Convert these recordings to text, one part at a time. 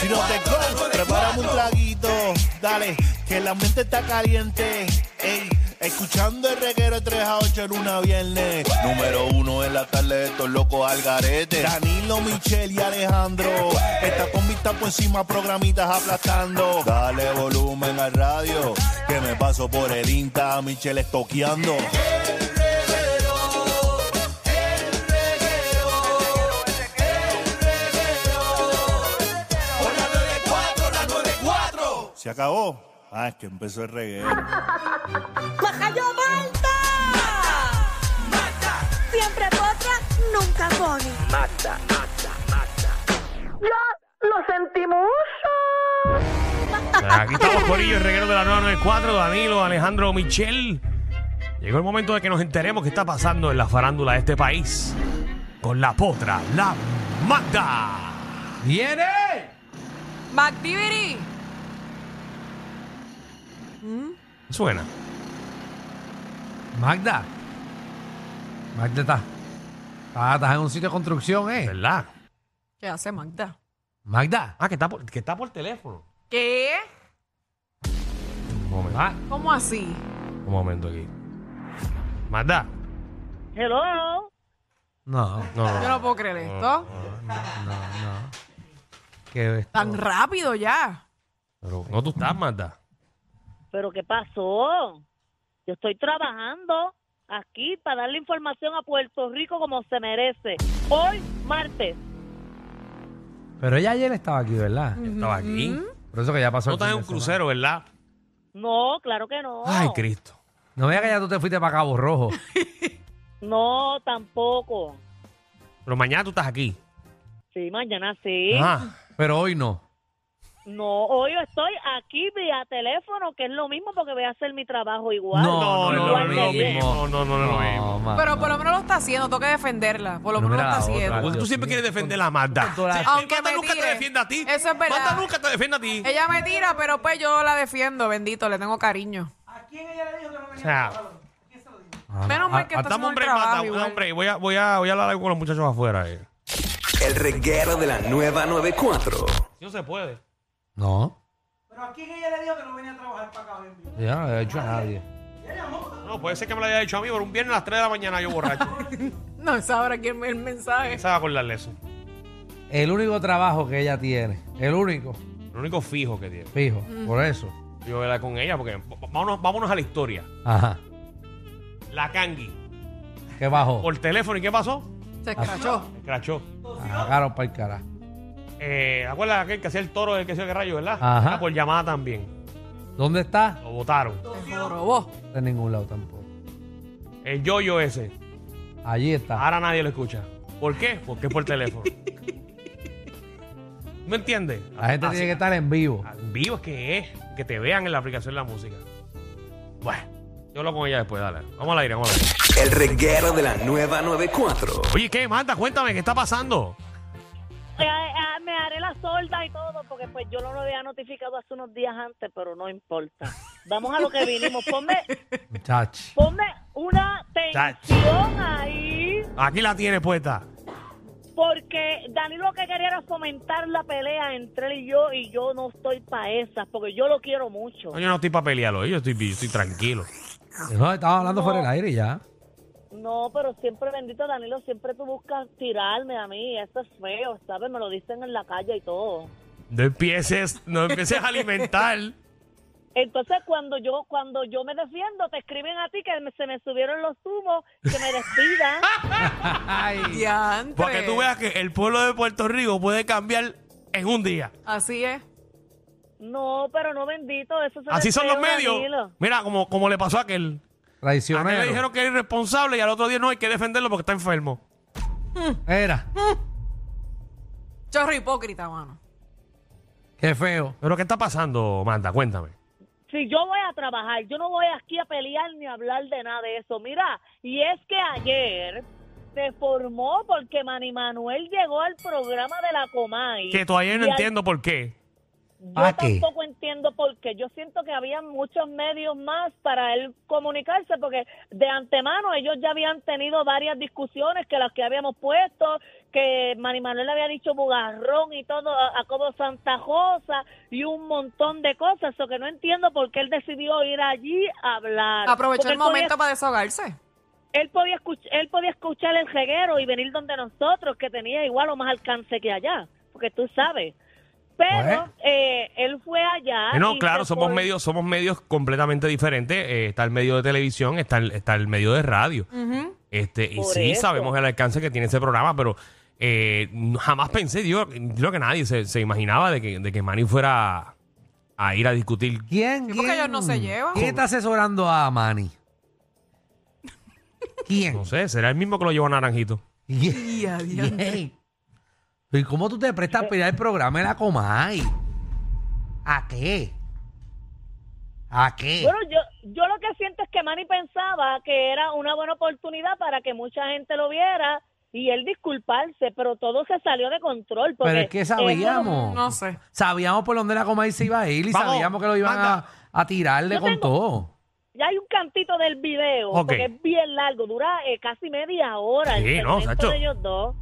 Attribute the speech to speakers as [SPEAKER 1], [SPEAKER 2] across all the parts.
[SPEAKER 1] Si no te comes, prepárame un traguito. Dale, que la mente está caliente. Ey, escuchando el reguero de 3 a 8 en una viernes. Número uno en la tarde de estos locos al garete. Danilo, Michel y Alejandro. Esta combita por encima, programitas aplastando. Dale volumen al radio, que me paso por el Insta. Michel estoqueando. Se acabó. Ah, es que empezó el reguero.
[SPEAKER 2] ¡Bajayo Malta! Siempre potra, nunca pone.
[SPEAKER 3] Aquí estamos, Corillo, el reguero de la 994, Danilo, Alejandro, Michel. Llegó el momento de que nos enteremos qué está pasando en la farándula de este país. Con la potra, la Magda.
[SPEAKER 4] ¡Viene!
[SPEAKER 5] Mactivity.
[SPEAKER 3] Suena.
[SPEAKER 4] Magda. Magda está. Ah, estás en un sitio de construcción, ¿eh?
[SPEAKER 3] ¿Verdad?
[SPEAKER 5] ¿Qué hace Magda?
[SPEAKER 4] Magda.
[SPEAKER 3] Ah, que está por, que está por teléfono.
[SPEAKER 5] ¿Qué?
[SPEAKER 3] Un momento, ah,
[SPEAKER 5] ¿Cómo así?
[SPEAKER 3] un momento aquí. Magda.
[SPEAKER 4] No,
[SPEAKER 3] No, no,
[SPEAKER 5] Yo no puedo creer
[SPEAKER 4] Ah,
[SPEAKER 5] esto.
[SPEAKER 4] que esto-
[SPEAKER 5] Tan rápido ya.
[SPEAKER 3] pero no tú estás, Magda.
[SPEAKER 6] ¿Pero qué pasó? Yo estoy trabajando aquí para darle información a Puerto Rico como se merece. Hoy, martes.
[SPEAKER 4] Pero ella ayer estaba aquí, ¿verdad?
[SPEAKER 3] Estabas aquí.
[SPEAKER 4] Por eso que ya pasó
[SPEAKER 3] No
[SPEAKER 4] el
[SPEAKER 3] estás
[SPEAKER 4] fin
[SPEAKER 3] en un
[SPEAKER 4] de semana.
[SPEAKER 3] crucero, ¿verdad?
[SPEAKER 6] No, claro que no.
[SPEAKER 3] Ay, Cristo.
[SPEAKER 4] No veas que ya tú te fuiste para Cabo Rojo.
[SPEAKER 6] No, tampoco.
[SPEAKER 3] Pero mañana tú estás aquí.
[SPEAKER 6] Sí, mañana sí.
[SPEAKER 3] Ah,
[SPEAKER 4] pero hoy no.
[SPEAKER 6] No, hoy yo estoy aquí vía teléfono, que es lo mismo porque voy a hacer mi trabajo igual.
[SPEAKER 3] no, no, no, no,
[SPEAKER 6] Igual
[SPEAKER 3] no,
[SPEAKER 6] que
[SPEAKER 3] no,
[SPEAKER 6] ayer.
[SPEAKER 3] no, no, no, no, no.
[SPEAKER 4] ma-
[SPEAKER 5] Pero por lo menos lo está haciendo, tengo que defenderla. Por lo
[SPEAKER 4] Pero
[SPEAKER 5] menos lo
[SPEAKER 4] mira
[SPEAKER 5] está
[SPEAKER 4] la otra.
[SPEAKER 5] haciendo.
[SPEAKER 3] Porque tú
[SPEAKER 4] Dios
[SPEAKER 3] siempre
[SPEAKER 4] mío.
[SPEAKER 3] quieres defender a Magda.
[SPEAKER 4] Con toda la-
[SPEAKER 3] Sí,
[SPEAKER 5] Aunque
[SPEAKER 3] Magda
[SPEAKER 5] me
[SPEAKER 3] nunca te
[SPEAKER 5] tire.
[SPEAKER 3] defiende a ti.
[SPEAKER 5] Eso es verdad. Eh,
[SPEAKER 3] Magda nunca te defiende a ti.
[SPEAKER 5] Ella me tira, pero pues yo la defiendo, bendito, le tengo cariño.
[SPEAKER 3] O sea,
[SPEAKER 4] Ah,
[SPEAKER 5] Menos mal que
[SPEAKER 4] ah,
[SPEAKER 5] está
[SPEAKER 3] dame
[SPEAKER 5] haciendo
[SPEAKER 3] un
[SPEAKER 5] el
[SPEAKER 3] break,
[SPEAKER 5] trabajo
[SPEAKER 3] Magda,
[SPEAKER 5] igual.
[SPEAKER 3] dame un break. Voy a, voy, a, voy a hablar con los muchachos afuera. eh.
[SPEAKER 7] El reguero de la nueva 94.
[SPEAKER 3] Si no se puede.
[SPEAKER 4] ah, No. Pero a quién ella le dijo que no venía a trabajar para acá. Ya, no le he dicho a nadie.
[SPEAKER 3] No, puede ser que me lo haya dicho a mí, pero un viernes a las 3 de la mañana yo borracho.
[SPEAKER 5] No sabe ahora quién me el mensaje.
[SPEAKER 3] Pensaba acordarle eso.
[SPEAKER 4] El único trabajo que ella tiene, el único,
[SPEAKER 3] Lo único fijo que tiene.
[SPEAKER 4] fijo, por eso.
[SPEAKER 3] Yo voy a hablar con ella porque vámonos, vámonos a la historia.
[SPEAKER 4] Ajá.
[SPEAKER 3] La Kangi.
[SPEAKER 4] ¿Qué bajó?
[SPEAKER 3] Por teléfono, ¿y qué pasó?
[SPEAKER 5] Se escrachó.
[SPEAKER 3] Me crachó.
[SPEAKER 4] Sacaron para el carajo.
[SPEAKER 3] Eh, ¿te acuerdas de aquel que hacía el toro del que se que rayo, verdad?
[SPEAKER 4] Ajá.
[SPEAKER 3] Era por llamada también.
[SPEAKER 4] ¿Dónde está?
[SPEAKER 3] Lo votaron.
[SPEAKER 5] Se jorobó.
[SPEAKER 4] No está en ningún lado tampoco.
[SPEAKER 3] El yoyo ese.
[SPEAKER 4] Allí está.
[SPEAKER 3] Ahora nadie lo escucha. ¿Por qué? Porque es por teléfono. ¿Me entiendes?
[SPEAKER 4] La gente
[SPEAKER 3] Así-
[SPEAKER 4] tiene que estar en vivo.
[SPEAKER 3] Al vivo es que es. Que te vean en la aplicación de la música. Bueno, yo hablo con ella después, dale. Vamos al aire, vamos al aire.
[SPEAKER 7] El reguero de la nueva 94.
[SPEAKER 3] Oye, ¿qué, Marta? Cuéntame, ¿qué está pasando?
[SPEAKER 6] Eh, eh, me haré la solda y todo, porque pues yo no lo había notificado hace unos días antes, pero no importa. Vamos a lo que vinimos. Ponme,
[SPEAKER 4] Muchacho.
[SPEAKER 6] ponme una
[SPEAKER 3] Chacho.
[SPEAKER 6] tensión ahí.
[SPEAKER 3] Aquí la tienes puesta.
[SPEAKER 6] Porque Danilo lo que quería era fomentar la pelea entre él y yo, y yo no estoy para esas, porque yo lo quiero mucho.
[SPEAKER 3] No, yo no estoy para pelearlo, yo estoy, yo estoy tranquilo.
[SPEAKER 4] No, estaba hablando fuera del aire ya.
[SPEAKER 6] No, pero siempre, bendito Danilo, siempre tú buscas tirarme a mí, eso es feo, ¿sabes? Me lo dicen en la calle y todo.
[SPEAKER 3] No empieces, no empieces a alimentar.
[SPEAKER 6] Entonces, cuando yo cuando yo me defiendo, te escriben a ti que me- se me subieron los humos, que me despidan.
[SPEAKER 4] Ay.
[SPEAKER 5] Diantre.
[SPEAKER 3] Porque tú veas que el pueblo de Puerto Rico puede cambiar en un día.
[SPEAKER 5] Así es.
[SPEAKER 6] No, pero no, bendito, eso se ve
[SPEAKER 3] Así son los
[SPEAKER 6] feo,
[SPEAKER 3] medios.
[SPEAKER 6] Danilo.
[SPEAKER 3] Mira, como, como le pasó a aquel. A aquel le
[SPEAKER 4] Traicionero.
[SPEAKER 3] dijeron que era irresponsable y al otro día no, hay que defenderlo porque está enfermo.
[SPEAKER 4] Era.
[SPEAKER 5] Chorro hipócrita, mano.
[SPEAKER 4] Qué feo.
[SPEAKER 3] ¿Pero qué está pasando, Manda? Cuéntame.
[SPEAKER 6] Si yo voy a trabajar, yo no voy aquí a pelear ni a hablar de nada de eso. Mira, y es que ayer se formó porque Manny Manuel llegó al programa de la Comay.
[SPEAKER 3] Que todavía no
[SPEAKER 6] Y al-
[SPEAKER 3] entiendo por qué.
[SPEAKER 6] Yo
[SPEAKER 4] ¿Para qué?
[SPEAKER 6] tampoco entiendo por qué. Yo siento que había muchos medios más para él comunicarse, porque de antemano ellos ya habían tenido varias discusiones que las que habíamos puesto, que Mani Manuel había dicho bugarrón y todo a, a como Santa Rosa y un montón de cosas. Eso que no entiendo por qué él decidió ir allí a hablar.
[SPEAKER 5] Aprovechó
[SPEAKER 6] Porque
[SPEAKER 5] el
[SPEAKER 6] él podía
[SPEAKER 5] momento para desahogarse.
[SPEAKER 6] él podía escuchar, él podía escuchar el reguero y venir donde nosotros, que tenía igual o más alcance que allá, porque tú sabes. Pero
[SPEAKER 4] Bueno.
[SPEAKER 6] eh, él fue allá.
[SPEAKER 3] Eh, no,
[SPEAKER 6] y
[SPEAKER 3] claro,
[SPEAKER 6] se
[SPEAKER 3] somos
[SPEAKER 6] fue-
[SPEAKER 3] medios, somos medios completamente diferentes. Eh, está el medio de televisión, está el, está el medio de radio.
[SPEAKER 5] Ujú.
[SPEAKER 3] Este, y
[SPEAKER 6] Por
[SPEAKER 3] sí,
[SPEAKER 6] eso.
[SPEAKER 3] sabemos el alcance que tiene ese programa, pero eh, no- jamás pensé, yo creo que nadie se, se imaginaba de que, de que Manny fuera a, a ir a discutir.
[SPEAKER 4] ¿Quién?
[SPEAKER 5] Sí, porque
[SPEAKER 4] quién-
[SPEAKER 5] ellos no se llevan.
[SPEAKER 4] ¿Quién está asesorando a Manny? ¿Quién?
[SPEAKER 3] No sé, será el mismo que lo llevó a Naranjito.
[SPEAKER 4] ¿Quién?
[SPEAKER 5] Y adiante.
[SPEAKER 4] ¿Quién? ¿Y cómo tú te prestas a pelear el programa de la Comay? ¿A qué? ¿A qué?
[SPEAKER 6] Bueno, yo, yo lo que siento es que Manny pensaba que era una buena oportunidad para que mucha gente lo viera y él disculparse, pero todo se salió de control. Porque
[SPEAKER 4] Pero es que sabíamos.
[SPEAKER 5] No sé.
[SPEAKER 4] Sabíamos por dónde la Comay se iba a ir y
[SPEAKER 3] Vamos,
[SPEAKER 4] sabíamos que lo iban a,
[SPEAKER 3] manda.
[SPEAKER 4] a tirarle
[SPEAKER 6] Yo
[SPEAKER 4] con
[SPEAKER 6] tengo-
[SPEAKER 4] todo.
[SPEAKER 6] ya hay un cantito del video,
[SPEAKER 3] Ok.
[SPEAKER 6] porque es bien largo, dura eh, casi media hora.
[SPEAKER 3] Sí,
[SPEAKER 6] el
[SPEAKER 3] no,
[SPEAKER 6] segmento
[SPEAKER 3] Sacho.
[SPEAKER 6] de ellos dos.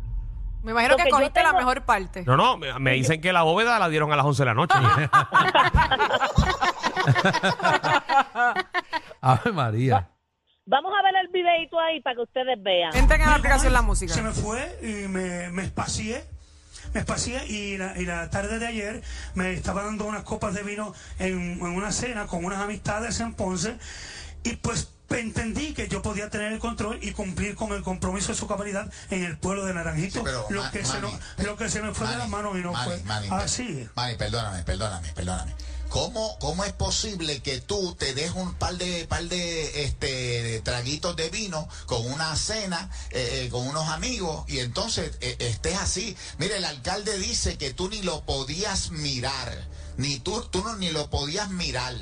[SPEAKER 5] Me imagino
[SPEAKER 6] Porque
[SPEAKER 5] que
[SPEAKER 6] yo
[SPEAKER 5] cogiste la
[SPEAKER 6] tengo-
[SPEAKER 5] mejor parte.
[SPEAKER 3] No, no, me, me dicen que la bóveda la dieron a las 11 de la noche.
[SPEAKER 4] Ave María.
[SPEAKER 6] Vamos a ver el videito ahí para que ustedes vean.
[SPEAKER 5] Entren a la aplicación la música.
[SPEAKER 8] Se me fue y me, me espacié. Me espacié y la, y la tarde de ayer me estaba dando unas copas de vino en, en una cena con unas amistades en Ponce y pues entendí que yo podía tener el control y cumplir con el compromiso de su cabalidad en el pueblo de Naranjito.
[SPEAKER 9] Sí, pero
[SPEAKER 8] lo,
[SPEAKER 9] Ma-
[SPEAKER 8] que se
[SPEAKER 9] Manny,
[SPEAKER 8] no- lo que se me fue de las manos y no
[SPEAKER 9] Manny,
[SPEAKER 8] fue
[SPEAKER 9] Manny,
[SPEAKER 8] así.
[SPEAKER 9] per- Manny, perdóname, perdóname, perdóname. ¿Cómo, ¿Cómo es posible que tú te des un par de par de este traguitos de vino con una cena eh, eh, con unos amigos y entonces eh, estés así? Mire, el alcalde dice que tú ni lo podías mirar, ni tú tú no, ni lo podías mirar.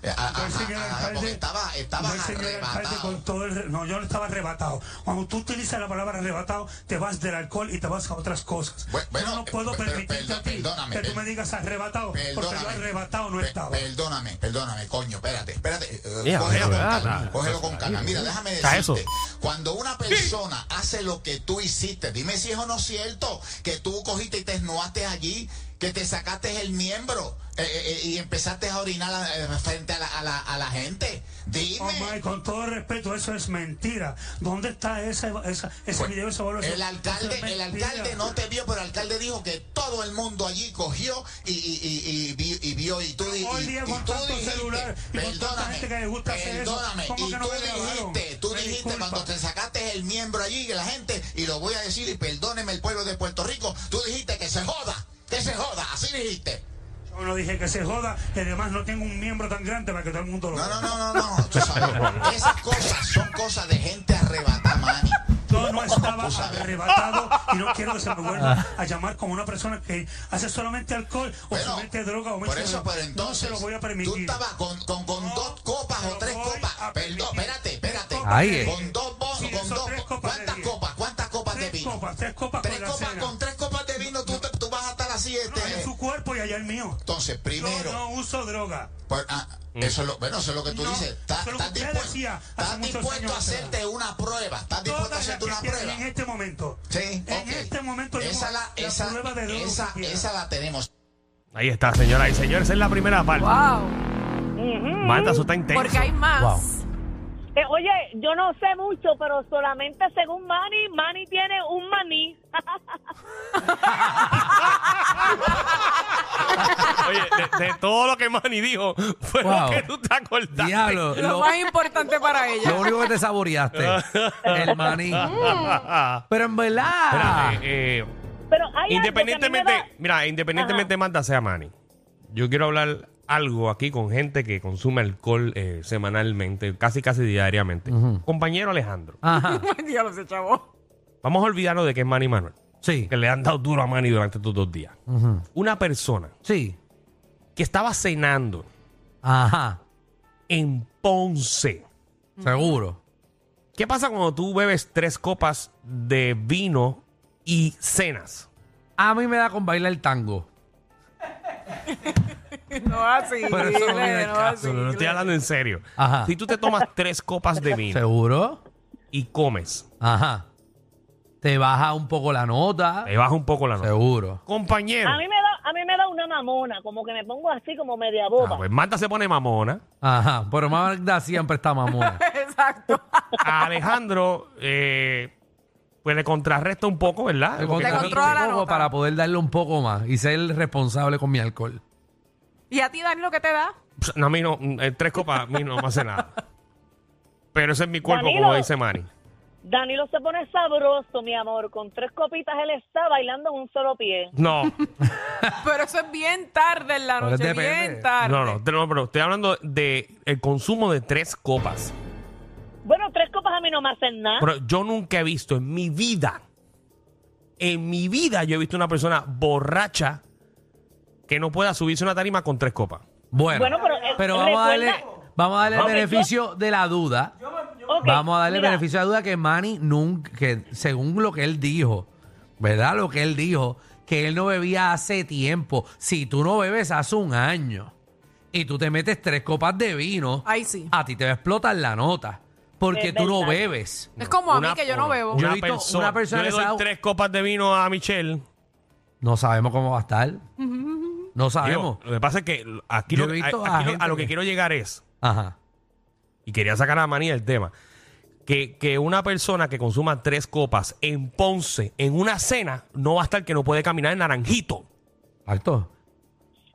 [SPEAKER 9] Eh, a- a-
[SPEAKER 8] No, el señor
[SPEAKER 9] a- a-
[SPEAKER 8] alcalde-
[SPEAKER 9] porque estaba estaba
[SPEAKER 8] no, el señor alcalde
[SPEAKER 9] arrebatado.
[SPEAKER 8] con todo el re- no, yo no estaba arrebatado. Cuando tú utilizas la palabra arrebatado, te vas del alcohol y te vas a otras cosas.
[SPEAKER 9] Bu- bueno,
[SPEAKER 8] yo no puedo
[SPEAKER 9] eh, pero-
[SPEAKER 8] permitirte
[SPEAKER 9] perdón-
[SPEAKER 8] a ti
[SPEAKER 9] perdóname,
[SPEAKER 8] que tú
[SPEAKER 9] per-
[SPEAKER 8] me digas arrebatado, porque yo arrebatado no
[SPEAKER 9] Pe-
[SPEAKER 8] estaba.
[SPEAKER 9] Perdóname, perdóname, coño, espérate, espérate. eh,
[SPEAKER 3] Ya,
[SPEAKER 9] cógelo con
[SPEAKER 3] ya,
[SPEAKER 9] calma,
[SPEAKER 3] ya.
[SPEAKER 9] cógelo con calma. Mira, déjame
[SPEAKER 3] Está
[SPEAKER 9] decirte,
[SPEAKER 3] eso.
[SPEAKER 9] cuando una persona hace lo que tú hiciste, dime si es o no cierto que tú cogiste y te esnuaste allí, que te sacaste el miembro eh, eh, eh, y empezaste a orinar eh, frente a la, a la- a la gente. Dime.
[SPEAKER 8] Oh my, con todo respeto, eso es mentira. ¿Dónde está esa, esa, ese
[SPEAKER 9] Pues,
[SPEAKER 8] video, esa evaluación?
[SPEAKER 9] El alcalde,
[SPEAKER 8] Eso es
[SPEAKER 9] el
[SPEAKER 8] mentira.
[SPEAKER 9] alcalde no te vio, pero el alcalde dijo que todo el mundo allí cogió y, y, y, y vi- y vio y tú di-
[SPEAKER 8] Hoy
[SPEAKER 9] y-
[SPEAKER 8] día
[SPEAKER 9] y
[SPEAKER 8] con
[SPEAKER 9] tú
[SPEAKER 8] tanto
[SPEAKER 9] dijiste,
[SPEAKER 8] celular y con tanta
[SPEAKER 9] perdóname,
[SPEAKER 8] gente que le gusta hacer eso,
[SPEAKER 9] perdóname,
[SPEAKER 8] ¿cómo
[SPEAKER 9] y
[SPEAKER 8] que no
[SPEAKER 9] tú
[SPEAKER 8] me grabaron?
[SPEAKER 9] dijiste, tú
[SPEAKER 8] Me
[SPEAKER 9] dijiste
[SPEAKER 8] disculpa.
[SPEAKER 9] cuando te sacaste el miembro allí que la gente y lo voy a decir y perdóneme el pueblo de Puerto Rico, tú dijiste que se joda, que se joda, así dijiste.
[SPEAKER 8] Yo no dije que se joda, y además no tengo un miembro tan grande para que todo el mundo lo
[SPEAKER 9] No,
[SPEAKER 8] vea.
[SPEAKER 9] no, no, no, no, tú sabes, esas cosas son cosas de gente arrebatada, mani.
[SPEAKER 8] Yo no estaba
[SPEAKER 9] Tú sabes.
[SPEAKER 8] arrebatado
[SPEAKER 9] Ah,
[SPEAKER 8] y no quiero que se me vuelva a llamar como una persona que hace solamente alcohol o
[SPEAKER 9] Bueno,
[SPEAKER 8] se mete droga o mete
[SPEAKER 9] Por eso,
[SPEAKER 8] droga.
[SPEAKER 9] pero entonces.
[SPEAKER 8] No se lo voy a
[SPEAKER 9] Tú
[SPEAKER 8] permitir.
[SPEAKER 9] estabas con, con, con
[SPEAKER 8] No
[SPEAKER 9] dos copas
[SPEAKER 8] se
[SPEAKER 9] o
[SPEAKER 8] lo
[SPEAKER 9] tres
[SPEAKER 8] voy
[SPEAKER 9] copas.
[SPEAKER 8] a permitir.
[SPEAKER 9] Perdón, espérate, espérate.
[SPEAKER 8] Tres
[SPEAKER 4] Ahí
[SPEAKER 8] de
[SPEAKER 4] es.
[SPEAKER 8] diez.
[SPEAKER 9] Con dos bo-
[SPEAKER 8] Sí,
[SPEAKER 9] con
[SPEAKER 8] son
[SPEAKER 9] dos.
[SPEAKER 8] tres copas de
[SPEAKER 9] ¿Cuántas
[SPEAKER 8] diez.
[SPEAKER 9] copas? ¿Cuántas copas
[SPEAKER 8] Tres
[SPEAKER 9] de vino?
[SPEAKER 8] copas, tres copas
[SPEAKER 9] Tres
[SPEAKER 8] con la
[SPEAKER 9] copas,
[SPEAKER 8] cena.
[SPEAKER 9] con tres copas de vino tú, te- tú vas a estar así.
[SPEAKER 8] No,
[SPEAKER 9] Este,
[SPEAKER 8] allá en su cuerpo y allá el mío.
[SPEAKER 9] entonces, primero.
[SPEAKER 8] Yo no uso droga.
[SPEAKER 9] Pues, ah, eso es lo, bueno, eso es lo que tú
[SPEAKER 8] No,
[SPEAKER 9] dices. Estás
[SPEAKER 8] eso es lo
[SPEAKER 9] estás
[SPEAKER 8] que usted
[SPEAKER 9] dispuesto,
[SPEAKER 8] decía hace
[SPEAKER 9] estás
[SPEAKER 8] muchos
[SPEAKER 9] dispuesto
[SPEAKER 8] años
[SPEAKER 9] a
[SPEAKER 8] atrás.
[SPEAKER 9] hacerte una prueba. Estás dispuesto a
[SPEAKER 8] Todas las
[SPEAKER 9] hacerte una
[SPEAKER 8] que
[SPEAKER 9] prueba.
[SPEAKER 8] tienen en este momento.
[SPEAKER 9] Sí,
[SPEAKER 8] en
[SPEAKER 9] ok.
[SPEAKER 8] este momento yo
[SPEAKER 9] esa,
[SPEAKER 8] como-
[SPEAKER 9] la,
[SPEAKER 8] la
[SPEAKER 9] esa,
[SPEAKER 8] prueba de droga
[SPEAKER 9] esa,
[SPEAKER 8] que quiera.
[SPEAKER 9] esa la tenemos.
[SPEAKER 3] Ahí está, señoras y señores, esa es la primera parte.
[SPEAKER 5] Wow.
[SPEAKER 3] Manda, eso está intenso.
[SPEAKER 5] Porque hay más.
[SPEAKER 4] Wow.
[SPEAKER 6] Eh, oye, yo no sé mucho, pero solamente según Manny, Manny tiene un maní.
[SPEAKER 3] Oye, de, de todo lo que Manny dijo, fue lo
[SPEAKER 4] Wow.
[SPEAKER 3] que tú te acordaste.
[SPEAKER 4] Diablo,
[SPEAKER 5] Lo,
[SPEAKER 4] lo,
[SPEAKER 5] más importante para ella.
[SPEAKER 4] lo único que te saboreaste. el maní. Pero en verdad.
[SPEAKER 3] Mm.
[SPEAKER 9] Ah.
[SPEAKER 3] Espérate, eh,
[SPEAKER 6] Pero hay algo que a mí me
[SPEAKER 3] independientemente,
[SPEAKER 6] da-
[SPEAKER 3] mira, independientemente Manda sea Manny, yo quiero hablar algo aquí con gente que consume alcohol eh, semanalmente, casi casi diariamente. Compañero Alejandro,
[SPEAKER 9] Ah.
[SPEAKER 4] Ajá.
[SPEAKER 5] Diablo, ese chavo.
[SPEAKER 3] vamos a olvidarnos de que es Manny Manuel.
[SPEAKER 4] Sí.
[SPEAKER 3] que le han dado duro a Manny durante estos dos días.
[SPEAKER 4] Ujú.
[SPEAKER 3] Una persona
[SPEAKER 4] Sí.
[SPEAKER 3] que estaba cenando
[SPEAKER 4] Ajá.
[SPEAKER 3] en Ponce.
[SPEAKER 4] Seguro.
[SPEAKER 3] ¿Qué pasa cuando tú bebes tres copas de vino y cenas?
[SPEAKER 4] A mí me da con bailar el tango.
[SPEAKER 5] No así,
[SPEAKER 4] Pero eso no
[SPEAKER 5] dile,
[SPEAKER 4] viene al
[SPEAKER 5] no
[SPEAKER 4] caso,
[SPEAKER 5] así,
[SPEAKER 3] No, no estoy
[SPEAKER 5] dile.
[SPEAKER 3] hablando en serio.
[SPEAKER 4] Ajá.
[SPEAKER 3] Si tú te tomas tres copas de vino
[SPEAKER 4] ¿Seguro?
[SPEAKER 3] y comes,
[SPEAKER 4] Ajá. Te baja un poco la nota.
[SPEAKER 3] te baja un poco la nota.
[SPEAKER 4] Seguro.
[SPEAKER 3] Compañero.
[SPEAKER 6] A mí, me da, a mí me da una mamona, como que me pongo así como media
[SPEAKER 3] Ah,
[SPEAKER 6] boba.
[SPEAKER 3] pues Marta se pone mamona.
[SPEAKER 4] Ajá. Pero Magda siempre está mamona.
[SPEAKER 5] Exacto.
[SPEAKER 3] A Alejandro, eh, pues le contrarresta un poco, ¿verdad?
[SPEAKER 4] Te
[SPEAKER 3] Porque
[SPEAKER 4] controlo
[SPEAKER 3] también-
[SPEAKER 5] controla la
[SPEAKER 4] un poco
[SPEAKER 5] nota.
[SPEAKER 4] para poder darle un poco más y ser responsable con mi alcohol.
[SPEAKER 5] ¿Y a ti, Dani, lo que te da?
[SPEAKER 3] Pss, no, a mí no, mm, eh, tres copas, a mí no me hace nada. Pero ese es mi cuerpo,
[SPEAKER 6] Danilo.
[SPEAKER 3] como dice Manny.
[SPEAKER 6] Danilo se pone sabroso, mi amor. Con tres copitas él está bailando en un solo pie.
[SPEAKER 3] No,
[SPEAKER 5] Pero eso es bien tarde en la
[SPEAKER 4] Pero
[SPEAKER 5] noche,
[SPEAKER 4] depende.
[SPEAKER 5] bien tarde.
[SPEAKER 3] no, no, te- no, pero estoy hablando de el consumo de tres copas.
[SPEAKER 6] Bueno, tres copas a mí no me hacen nada.
[SPEAKER 3] Pero yo nunca he visto en mi vida, en mi vida yo he visto una persona borracha que no pueda subirse a una tarima con tres copas.
[SPEAKER 4] Bueno,
[SPEAKER 6] Bueno, pero, eh,
[SPEAKER 4] vamos a darle,
[SPEAKER 6] recuerda-
[SPEAKER 4] vamos a darle el
[SPEAKER 6] Ok, yo-
[SPEAKER 4] beneficio de la duda.
[SPEAKER 6] Ok,
[SPEAKER 4] vamos a darle el
[SPEAKER 6] mira,
[SPEAKER 4] beneficio de la duda que Manny nunca, que según lo que él dijo, ¿verdad? Lo que él dijo, que él no bebía hace tiempo. Si tú no bebes hace un año y tú te metes tres copas de vino,
[SPEAKER 5] Ahí sí.
[SPEAKER 4] a ti te va a explotar la nota. Porque
[SPEAKER 6] Es
[SPEAKER 4] tú no
[SPEAKER 6] verdad.
[SPEAKER 4] bebes.
[SPEAKER 5] es como a mí
[SPEAKER 3] Una-
[SPEAKER 5] que yo no bebo.
[SPEAKER 4] Yo
[SPEAKER 3] Una
[SPEAKER 4] he visto
[SPEAKER 3] persona,
[SPEAKER 4] una persona
[SPEAKER 3] yo le
[SPEAKER 4] que
[SPEAKER 3] doy
[SPEAKER 4] se ha-
[SPEAKER 3] tres copas de vino a Michelle.
[SPEAKER 4] No sabemos cómo va a estar. No sabemos.
[SPEAKER 3] Digo, lo que pasa es que aquí,
[SPEAKER 4] Yo
[SPEAKER 3] lo,
[SPEAKER 4] he
[SPEAKER 3] que-
[SPEAKER 4] visto
[SPEAKER 3] aquí
[SPEAKER 4] a
[SPEAKER 3] lo-
[SPEAKER 4] gente
[SPEAKER 3] a lo que
[SPEAKER 4] que-
[SPEAKER 3] quiero llegar es,
[SPEAKER 4] Ajá.
[SPEAKER 3] y quería sacar a Manny del tema, que, que una persona que consuma tres copas en Ponce, en una cena, no va a estar que no puede caminar en Naranjito.
[SPEAKER 4] Alto.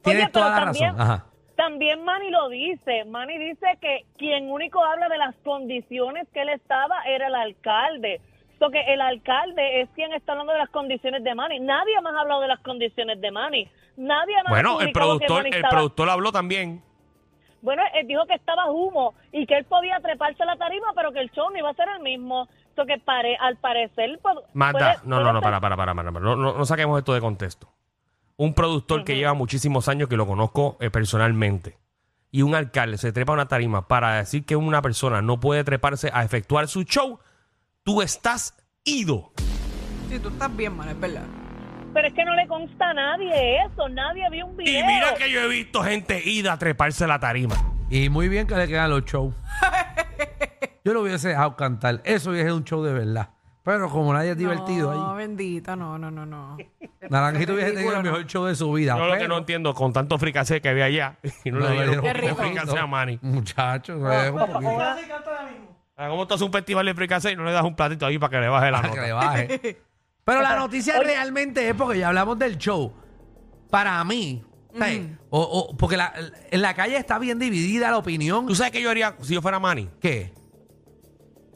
[SPEAKER 4] Tienes
[SPEAKER 6] pero
[SPEAKER 4] toda la
[SPEAKER 6] también-
[SPEAKER 4] razón. Ajá.
[SPEAKER 6] También Manny lo dice. Manny dice que quien único habla de las condiciones que él estaba era el alcalde. So que el alcalde es quien está hablando de las condiciones de Manny. Nadie más ha hablado de las condiciones de Manny. Nadie más ha
[SPEAKER 3] Bueno, el
[SPEAKER 6] publicado que
[SPEAKER 3] productor,
[SPEAKER 6] Manny
[SPEAKER 3] el
[SPEAKER 6] estaba-
[SPEAKER 3] productor habló también.
[SPEAKER 6] Bueno, él dijo que estaba humo y que él podía treparse a la tarima, pero que el show no iba a ser el mismo. So que pare- al parecer... pues,
[SPEAKER 3] Manda,
[SPEAKER 6] puede-
[SPEAKER 3] no, no,
[SPEAKER 6] puede
[SPEAKER 3] no,
[SPEAKER 6] ser-
[SPEAKER 3] para, para, para, para, para. No, no- no saquemos esto de contexto. Un productor que lleva muchísimos años que lo conozco eh, personalmente y un alcalde se trepa a una tarima para decir que una persona no puede treparse a efectuar su show, tú estás ido.
[SPEAKER 5] Sí, tú estás bien mal, es verdad.
[SPEAKER 6] Pero es que no le consta a nadie eso. Nadie vio un video.
[SPEAKER 3] Y mira que yo he visto gente ida a treparse a la tarima.
[SPEAKER 4] Y muy bien que le quedan los shows. Yo lo hubiese dejado cantar. Eso hubiese sido un show de verdad. Pero como nadie es divertido
[SPEAKER 5] No,
[SPEAKER 4] ahí.
[SPEAKER 5] bendita, no, no, no, no.
[SPEAKER 4] Naranjito hubiese tenido el
[SPEAKER 5] Ridículo,
[SPEAKER 4] mejor show de su vida.
[SPEAKER 3] Yo lo que
[SPEAKER 4] pero-
[SPEAKER 3] no entiendo, con tanto fricase que había allá, y no,
[SPEAKER 4] Ah, No,
[SPEAKER 3] le dieron
[SPEAKER 4] le
[SPEAKER 5] dieron
[SPEAKER 3] un
[SPEAKER 5] un poquito.
[SPEAKER 3] fricase a Manny.
[SPEAKER 4] Muchachos, no le dejo un poquito
[SPEAKER 3] Ah, ¿Cómo tú haces un festival de fricase y no le das un platito ahí para que le baje la
[SPEAKER 4] para que le
[SPEAKER 3] nota?
[SPEAKER 4] baje. Pero la noticia realmente es porque ya hablamos del show. Para mí, ¿sabes? o, o- porque la- en la calle está bien dividida la opinión.
[SPEAKER 3] ¿Tú sabes qué yo haría si yo fuera Manny?
[SPEAKER 4] ¿Qué?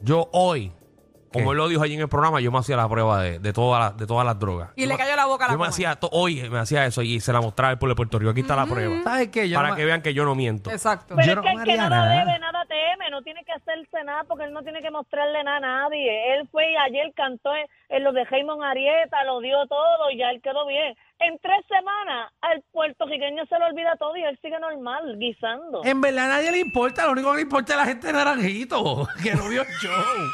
[SPEAKER 3] Yo hoy, como
[SPEAKER 4] ¿Qué?
[SPEAKER 3] él lo dijo allí en el programa, yo me hacía la prueba de, de, todas las- de todas las drogas.
[SPEAKER 5] Y
[SPEAKER 3] Yo
[SPEAKER 5] le
[SPEAKER 3] me-
[SPEAKER 5] cayó la boca a la
[SPEAKER 3] Yo me
[SPEAKER 5] coma.
[SPEAKER 3] hacía, to- hoy me hacía eso y se la mostraba al pueblo de Puerto Rico. Aquí está la
[SPEAKER 5] Mm.
[SPEAKER 3] prueba.
[SPEAKER 4] ¿Sabes qué? Yo
[SPEAKER 3] para
[SPEAKER 4] no me-
[SPEAKER 3] que vean que yo no miento.
[SPEAKER 5] Exacto.
[SPEAKER 6] Pero
[SPEAKER 4] Yo
[SPEAKER 6] es
[SPEAKER 4] no
[SPEAKER 6] que el que
[SPEAKER 4] haría
[SPEAKER 6] nada,
[SPEAKER 4] nada.
[SPEAKER 6] debe, nada teme, no tiene que hacerse nada porque él no tiene que mostrarle nada a nadie. Él fue y ayer cantó en, en lo de Raymond Arieta, lo dio todo y ya él quedó bien. En tres semanas al puertorriqueño se lo olvida todo y él sigue normal, guisando.
[SPEAKER 4] En verdad a nadie le importa, lo único que le importa es la gente de naranjito, que no vio el show.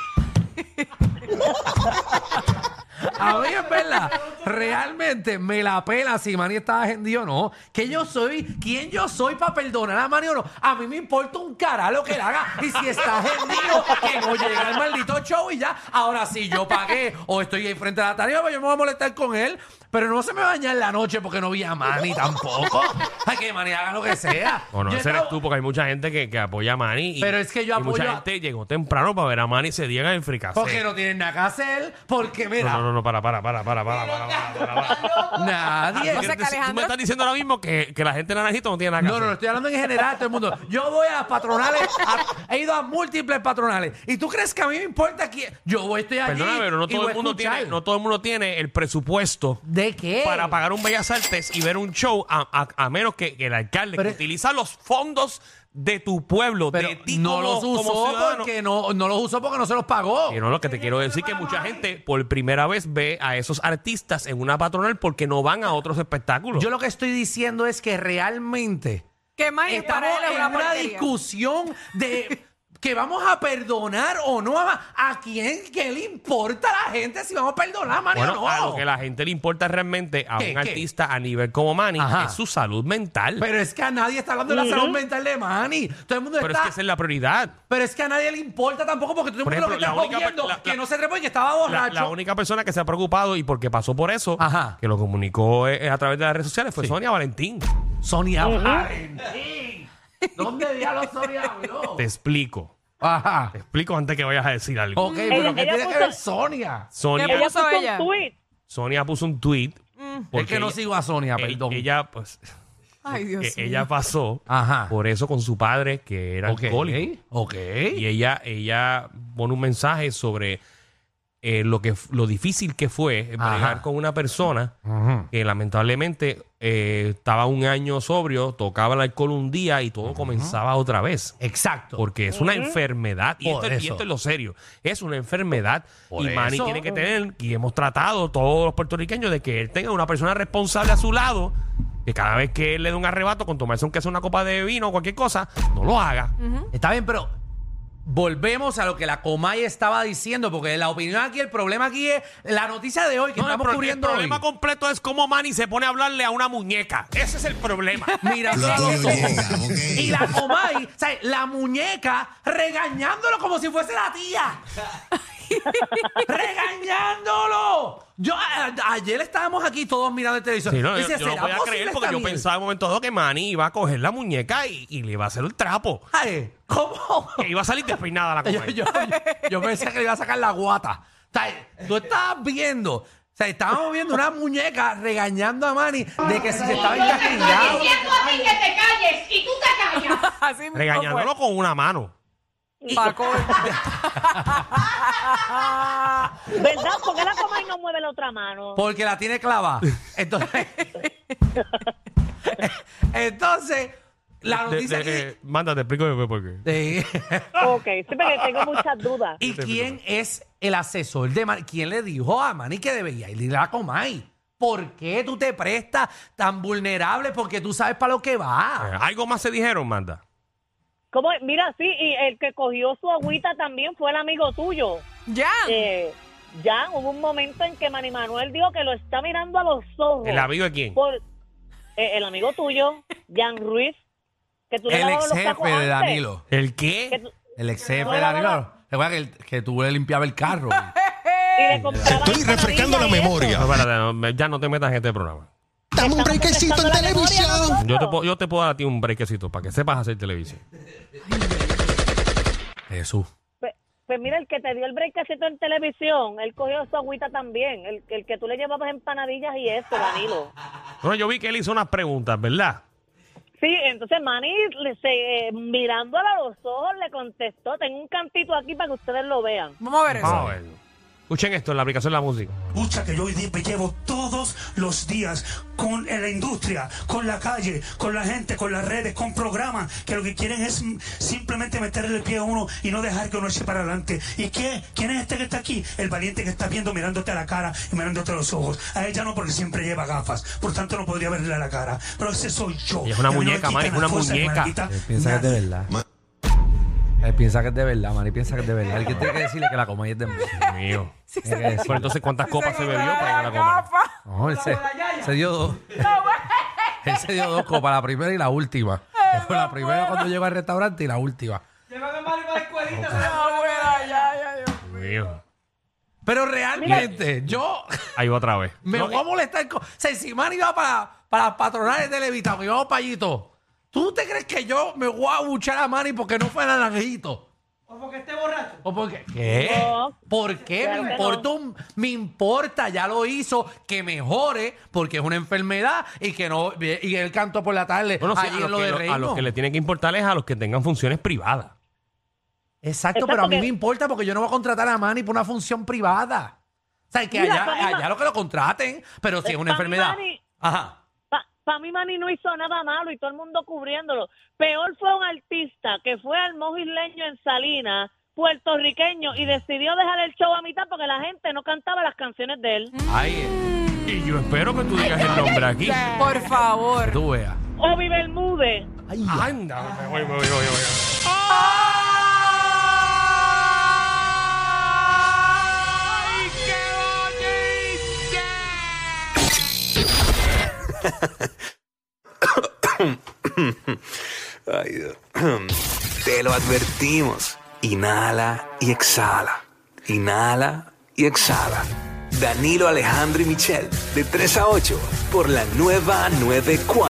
[SPEAKER 4] a mí en verdad, realmente me la pela si Manny estaba agendido o no. Que yo soy, quién yo soy para perdonar a Manny o no. A mí me importa un carajo lo que le haga. Y si está agendido, que no llega el maldito show y ya. Ahora si yo pagué o estoy ahí frente a la tarea, pues yo me voy a molestar con él. Pero no se me va a dañar la noche porque no vi a Manny tampoco. Ay, que Manny haga lo que sea.
[SPEAKER 3] O no,
[SPEAKER 4] Yo
[SPEAKER 3] ese
[SPEAKER 4] estaba-
[SPEAKER 3] eres tú, porque hay mucha gente que, que apoya a Manny. y-
[SPEAKER 4] Pero es que yo
[SPEAKER 3] y Mucha
[SPEAKER 4] apoyo a-
[SPEAKER 3] gente llegó temprano para ver a Manny y se diega en fricase.
[SPEAKER 4] Porque no tienen nada que hacer, porque mira,
[SPEAKER 3] No, no, no, para, para, para, para, para, para, para, para, para.
[SPEAKER 4] nadie.
[SPEAKER 5] O sea, que
[SPEAKER 3] Tú me
[SPEAKER 5] Alejandro-
[SPEAKER 3] estás diciendo ahora mismo que, que la gente de naranjito no tiene nada que
[SPEAKER 4] No, no, no,
[SPEAKER 3] hacer.
[SPEAKER 4] estoy hablando en general, todo el mundo. Yo voy a las patronales, a- he ido a múltiples patronales. ¿Y tú crees que a mí me importa quién? Yo voy, estoy allí.
[SPEAKER 3] Perdóname, pero no
[SPEAKER 4] y voy
[SPEAKER 3] todo,
[SPEAKER 4] a
[SPEAKER 3] el mundo
[SPEAKER 4] escuchar.
[SPEAKER 3] tiene, no todo el mundo tiene el presupuesto
[SPEAKER 4] ¿De qué?
[SPEAKER 3] para pagar un Bellas Artes y ver un show a, a- a menos que, que el alcalde
[SPEAKER 4] Pero-
[SPEAKER 3] que utiliza los fondos de tu pueblo,
[SPEAKER 4] Pero
[SPEAKER 3] de ti
[SPEAKER 4] no
[SPEAKER 3] como-
[SPEAKER 4] los
[SPEAKER 3] como
[SPEAKER 4] usó
[SPEAKER 3] ciudadano.
[SPEAKER 4] porque no, no los usó porque no se los pagó.
[SPEAKER 3] Y no, lo que te quiero decir que mucha gente por primera vez ve a esos artistas en una patronal porque no van a otros espectáculos.
[SPEAKER 4] Yo lo que estoy diciendo es que realmente
[SPEAKER 5] Que más
[SPEAKER 4] estamos en una discusión de que vamos a perdonar o no a, a quién qué le importa a la gente si vamos a perdonar, mano,
[SPEAKER 3] bueno,
[SPEAKER 4] no.
[SPEAKER 3] a lo que la gente le importa realmente a
[SPEAKER 4] ¿Qué,
[SPEAKER 3] un
[SPEAKER 4] qué?
[SPEAKER 3] artista a nivel como Manny
[SPEAKER 4] Ajá.
[SPEAKER 3] es su salud mental. Pero,
[SPEAKER 4] Pero es que a nadie está hablando de la salud mental de Manny. Todo el mundo
[SPEAKER 3] es
[SPEAKER 4] está
[SPEAKER 3] que esa es la prioridad.
[SPEAKER 4] Pero es que a nadie le importa tampoco porque todo el
[SPEAKER 3] Por
[SPEAKER 4] mundo lo que
[SPEAKER 3] ejemplo, la
[SPEAKER 4] está
[SPEAKER 3] única per-
[SPEAKER 4] jodiendo,
[SPEAKER 3] la-
[SPEAKER 4] que
[SPEAKER 3] la-
[SPEAKER 4] no se trepó y que estaba
[SPEAKER 3] La,
[SPEAKER 4] borracho.
[SPEAKER 3] la única persona que se ha preocupado y porque pasó por eso,
[SPEAKER 4] Ajá.
[SPEAKER 3] que lo comunicó eh, a través de las redes sociales, fue Sonia Valentín.
[SPEAKER 4] Sonia Valentín. ¿Dónde diablos Sonia habló?
[SPEAKER 3] Te explico.
[SPEAKER 4] Ajá.
[SPEAKER 3] Te explico antes que vayas a decir algo.
[SPEAKER 4] Ok, pero
[SPEAKER 6] Ella-
[SPEAKER 4] ¿qué
[SPEAKER 6] ella
[SPEAKER 4] tiene que
[SPEAKER 6] puso-
[SPEAKER 4] ver Sonia?
[SPEAKER 3] Sonia,
[SPEAKER 6] Ella
[SPEAKER 5] puso
[SPEAKER 6] puso
[SPEAKER 5] ella?
[SPEAKER 6] un tweet.
[SPEAKER 3] Sonia puso un tweet.
[SPEAKER 4] es que no sigo a Sonia, Ah, perdón.
[SPEAKER 3] Ella, pues,
[SPEAKER 5] Ay,
[SPEAKER 3] e-
[SPEAKER 5] Dios mío.
[SPEAKER 3] ella pasó
[SPEAKER 4] Ajá.
[SPEAKER 3] por eso con su padre, que era
[SPEAKER 4] ok.
[SPEAKER 3] alcohólico.
[SPEAKER 4] Ok.
[SPEAKER 3] Y ella, ella pone un mensaje sobre eh, lo, que, f- lo difícil que fue
[SPEAKER 4] Ajá.
[SPEAKER 3] bregar con una persona
[SPEAKER 4] Ujú.
[SPEAKER 3] que lamentablemente eh, estaba un año sobrio, tocaba el alcohol un día y todo comenzaba otra vez.
[SPEAKER 4] Exacto.
[SPEAKER 3] Porque es una enfermedad. Y
[SPEAKER 4] Por
[SPEAKER 3] esto, y
[SPEAKER 4] eso.
[SPEAKER 3] esto es lo serio. Es una enfermedad.
[SPEAKER 4] Por
[SPEAKER 3] y Manny
[SPEAKER 4] eso.
[SPEAKER 3] tiene que tener, y hemos tratado todos los puertorriqueños, de que él tenga una persona responsable a su lado. Que cada vez que él le dé un arrebato con tomarse aunque sea una copa de vino o cualquier cosa, no lo haga.
[SPEAKER 4] Está bien, pero volvemos a lo que la Comay estaba diciendo, porque la opinión aquí, el problema aquí es la noticia de hoy que
[SPEAKER 3] No, el
[SPEAKER 4] estamos
[SPEAKER 3] pro- el,
[SPEAKER 4] cubriendo
[SPEAKER 3] problema
[SPEAKER 4] hoy.
[SPEAKER 3] completo es cómo Manny se pone a hablarle a una muñeca. Ese es el problema.
[SPEAKER 4] Mira,
[SPEAKER 9] Lo
[SPEAKER 4] a los
[SPEAKER 9] tuyo
[SPEAKER 4] ojos.
[SPEAKER 9] llega, ok.
[SPEAKER 4] Y la Comay, o sea, la muñeca regañándolo como si fuese la tía. ¡Regañándolo! Yo, a- ayer estábamos aquí todos mirando el televisor.
[SPEAKER 3] Sí, no, yo,
[SPEAKER 4] Dice,
[SPEAKER 3] yo no
[SPEAKER 4] "¿Será
[SPEAKER 3] podía
[SPEAKER 4] posible
[SPEAKER 3] creer
[SPEAKER 4] esta
[SPEAKER 3] porque yo
[SPEAKER 4] mierda?"
[SPEAKER 3] pensaba en un momento dado que Manny iba a coger la muñeca y, y le iba a hacer el trapo.
[SPEAKER 4] Ay, ¿Cómo?
[SPEAKER 3] Que iba a salir despeinada la
[SPEAKER 4] yo,
[SPEAKER 3] comadre.
[SPEAKER 4] yo, yo- yo pensé que le iba a sacar la guata. O sea, tú estabas viendo. O sea, estábamos viendo una muñeca regañando a Manny de que si se estaba encastigado.
[SPEAKER 10] a ti que te calles y tú te callas.
[SPEAKER 5] Así mismo
[SPEAKER 4] pues.
[SPEAKER 3] regañándolo con una mano.
[SPEAKER 5] fue. Paco.
[SPEAKER 6] ¿Verdad? Porque la coma y no mueve la otra mano.
[SPEAKER 4] Porque la tiene clavada. Entonces. entonces,
[SPEAKER 3] De-
[SPEAKER 4] la noticia
[SPEAKER 3] de-
[SPEAKER 4] aquí-
[SPEAKER 3] eh, manda, te explico después por qué.
[SPEAKER 4] de-
[SPEAKER 6] Ok, sí, porque tengo muchas dudas.
[SPEAKER 4] ¿Y quién es el asesor de Manny? ¿Quién le dijo a Manny que debía ir a Comay? ¿Por qué tú te prestas tan vulnerable? Porque tú sabes para lo que va.
[SPEAKER 3] Eh, Algo más se dijeron, manda.
[SPEAKER 6] ¿Cómo? es? Mira, sí, y el que cogió su agüita también fue el amigo tuyo.
[SPEAKER 5] Ya.
[SPEAKER 6] Eh, ya hubo un momento en que Manny Manuel dijo que lo está mirando a los ojos.
[SPEAKER 3] ¿El amigo de quién?
[SPEAKER 6] Oh. Por, eh, el amigo tuyo, Jan Ruiz, que tú le
[SPEAKER 4] El
[SPEAKER 6] lavabas
[SPEAKER 4] ex
[SPEAKER 6] los tacos
[SPEAKER 4] jefe de
[SPEAKER 6] antes.
[SPEAKER 4] Danilo.
[SPEAKER 3] ¿El
[SPEAKER 6] Que
[SPEAKER 3] qué?
[SPEAKER 6] tú-
[SPEAKER 4] El ex jefe
[SPEAKER 6] No,
[SPEAKER 4] de
[SPEAKER 6] no, no,
[SPEAKER 4] Danilo. Recuerda que, el- que tú le limpiabas el carro.
[SPEAKER 6] y le comprabas
[SPEAKER 1] Estoy refrescando la
[SPEAKER 6] empanadillas y eso.
[SPEAKER 1] memoria.
[SPEAKER 3] No, espérate, no, me- ya no te metas en este programa.
[SPEAKER 9] Dame un brequecito en televisión.
[SPEAKER 3] Yo te, puedo, yo te puedo dar a ti un brequecito para que sepas hacer televisión.
[SPEAKER 4] Jesús.
[SPEAKER 6] Pues, pues mira, el que te dio el breakcito en televisión, él cogió su agüita también. El, el que tú le llevabas empanadillas y eso, Danilo.
[SPEAKER 3] Bueno, yo vi que él hizo unas preguntas, ¿verdad?
[SPEAKER 6] Sí, entonces Manny, le- se, eh, mirándola a los ojos, le contestó. Tengo un cantito aquí para que ustedes lo vean.
[SPEAKER 5] Vamos a ver eso.
[SPEAKER 3] Vamos a verlo. Ah, Escuchen esto en la aplicación de la música.
[SPEAKER 8] lucha que yo hoy día me llevo todos los días con eh, la industria, con la calle, con la gente, con las redes, con programas que lo que quieren es mm, simplemente meterle el pie a uno y no dejar que uno eche para adelante. ¿Y qué? ¿Quién es este que está aquí? El valiente que está viendo mirándote a la cara y mirándote a los ojos. A ella no porque siempre lleva gafas, por tanto no podría verle a la cara. Pero ese soy yo.
[SPEAKER 3] Y es una
[SPEAKER 8] Y a mí no me
[SPEAKER 3] muñeca,
[SPEAKER 8] quitan
[SPEAKER 3] Mari, es
[SPEAKER 8] las
[SPEAKER 3] una
[SPEAKER 8] cosas, ni me las
[SPEAKER 3] muñeca.
[SPEAKER 8] quita
[SPEAKER 4] piensa que es
[SPEAKER 8] nadie.
[SPEAKER 4] de verdad. Él piensa que es de verdad, Mari. Piensa que es de verdad. Él tiene que decirle que la Comay es de
[SPEAKER 3] Dios mío.
[SPEAKER 4] Tiene que
[SPEAKER 3] Pero
[SPEAKER 4] decirle.
[SPEAKER 3] entonces, ¿cuántas
[SPEAKER 5] Si
[SPEAKER 3] copas se
[SPEAKER 5] quita
[SPEAKER 3] bebió para
[SPEAKER 5] la
[SPEAKER 3] llegar a comer?
[SPEAKER 5] gafa. pues.
[SPEAKER 4] No, él se, se dio dos. él se dio dos copas, la primera y la última. Fue la primera cuando llegó al restaurante y la última.
[SPEAKER 5] No, bueno, ya, ya, Dios mío.
[SPEAKER 3] Dios mío.
[SPEAKER 4] Pero realmente, yo
[SPEAKER 3] Ahí va otra vez.
[SPEAKER 4] me
[SPEAKER 3] No, eh.
[SPEAKER 4] voy a molestar. Con, o sea, si Manny va para, para las patronales de Levita, que vamos payito. ¿Tú te crees que yo me voy a buchar a Manny porque no fue naranjito? ¿O porque esté borracho? ¿O porque qué?
[SPEAKER 6] No.
[SPEAKER 4] ¿Por qué
[SPEAKER 6] Claro
[SPEAKER 4] me
[SPEAKER 6] que
[SPEAKER 4] importa? un- me importa, ya lo hizo, que mejore, porque es una enfermedad y que no. Y él cantó por la tarde.
[SPEAKER 3] Bueno, sí,
[SPEAKER 4] allí
[SPEAKER 3] a, los
[SPEAKER 4] en lo
[SPEAKER 3] que,
[SPEAKER 4] de
[SPEAKER 3] lo- a los
[SPEAKER 4] Reino.
[SPEAKER 3] que le tienen que importar es a los que tengan funciones privadas.
[SPEAKER 4] Exacto,
[SPEAKER 6] Exacto,
[SPEAKER 4] pero a mí
[SPEAKER 6] que-
[SPEAKER 4] me importa porque yo no voy a contratar a Manny por una función privada. O sea, que
[SPEAKER 6] Mira,
[SPEAKER 4] allá,
[SPEAKER 6] para mí ma-
[SPEAKER 3] Eh,
[SPEAKER 4] allá lo que lo contraten, pero si es una
[SPEAKER 6] Para mí
[SPEAKER 4] enfermedad.
[SPEAKER 6] Manny-
[SPEAKER 4] Ajá.
[SPEAKER 6] Pa- Para mí Manny no hizo nada malo y todo el mundo cubriéndolo. Peor fue un artista que fue al mojisleño en Salinas, puertorriqueño, y decidió dejar el show a mitad porque la gente no cantaba las canciones de él.
[SPEAKER 3] Ahí. Y yo espero que tú digas el nombre aquí.
[SPEAKER 5] Por favor.
[SPEAKER 3] Que tú veas.
[SPEAKER 6] Obi Bermúdez.
[SPEAKER 3] Anda, me voy, me voy, me voy, me voy.
[SPEAKER 8] Ay, Dios. Te lo advertimos. Inhala y exhala. Inhala y exhala. Danilo Alejandro y Michel, de 3 a 8, por la nueva 94.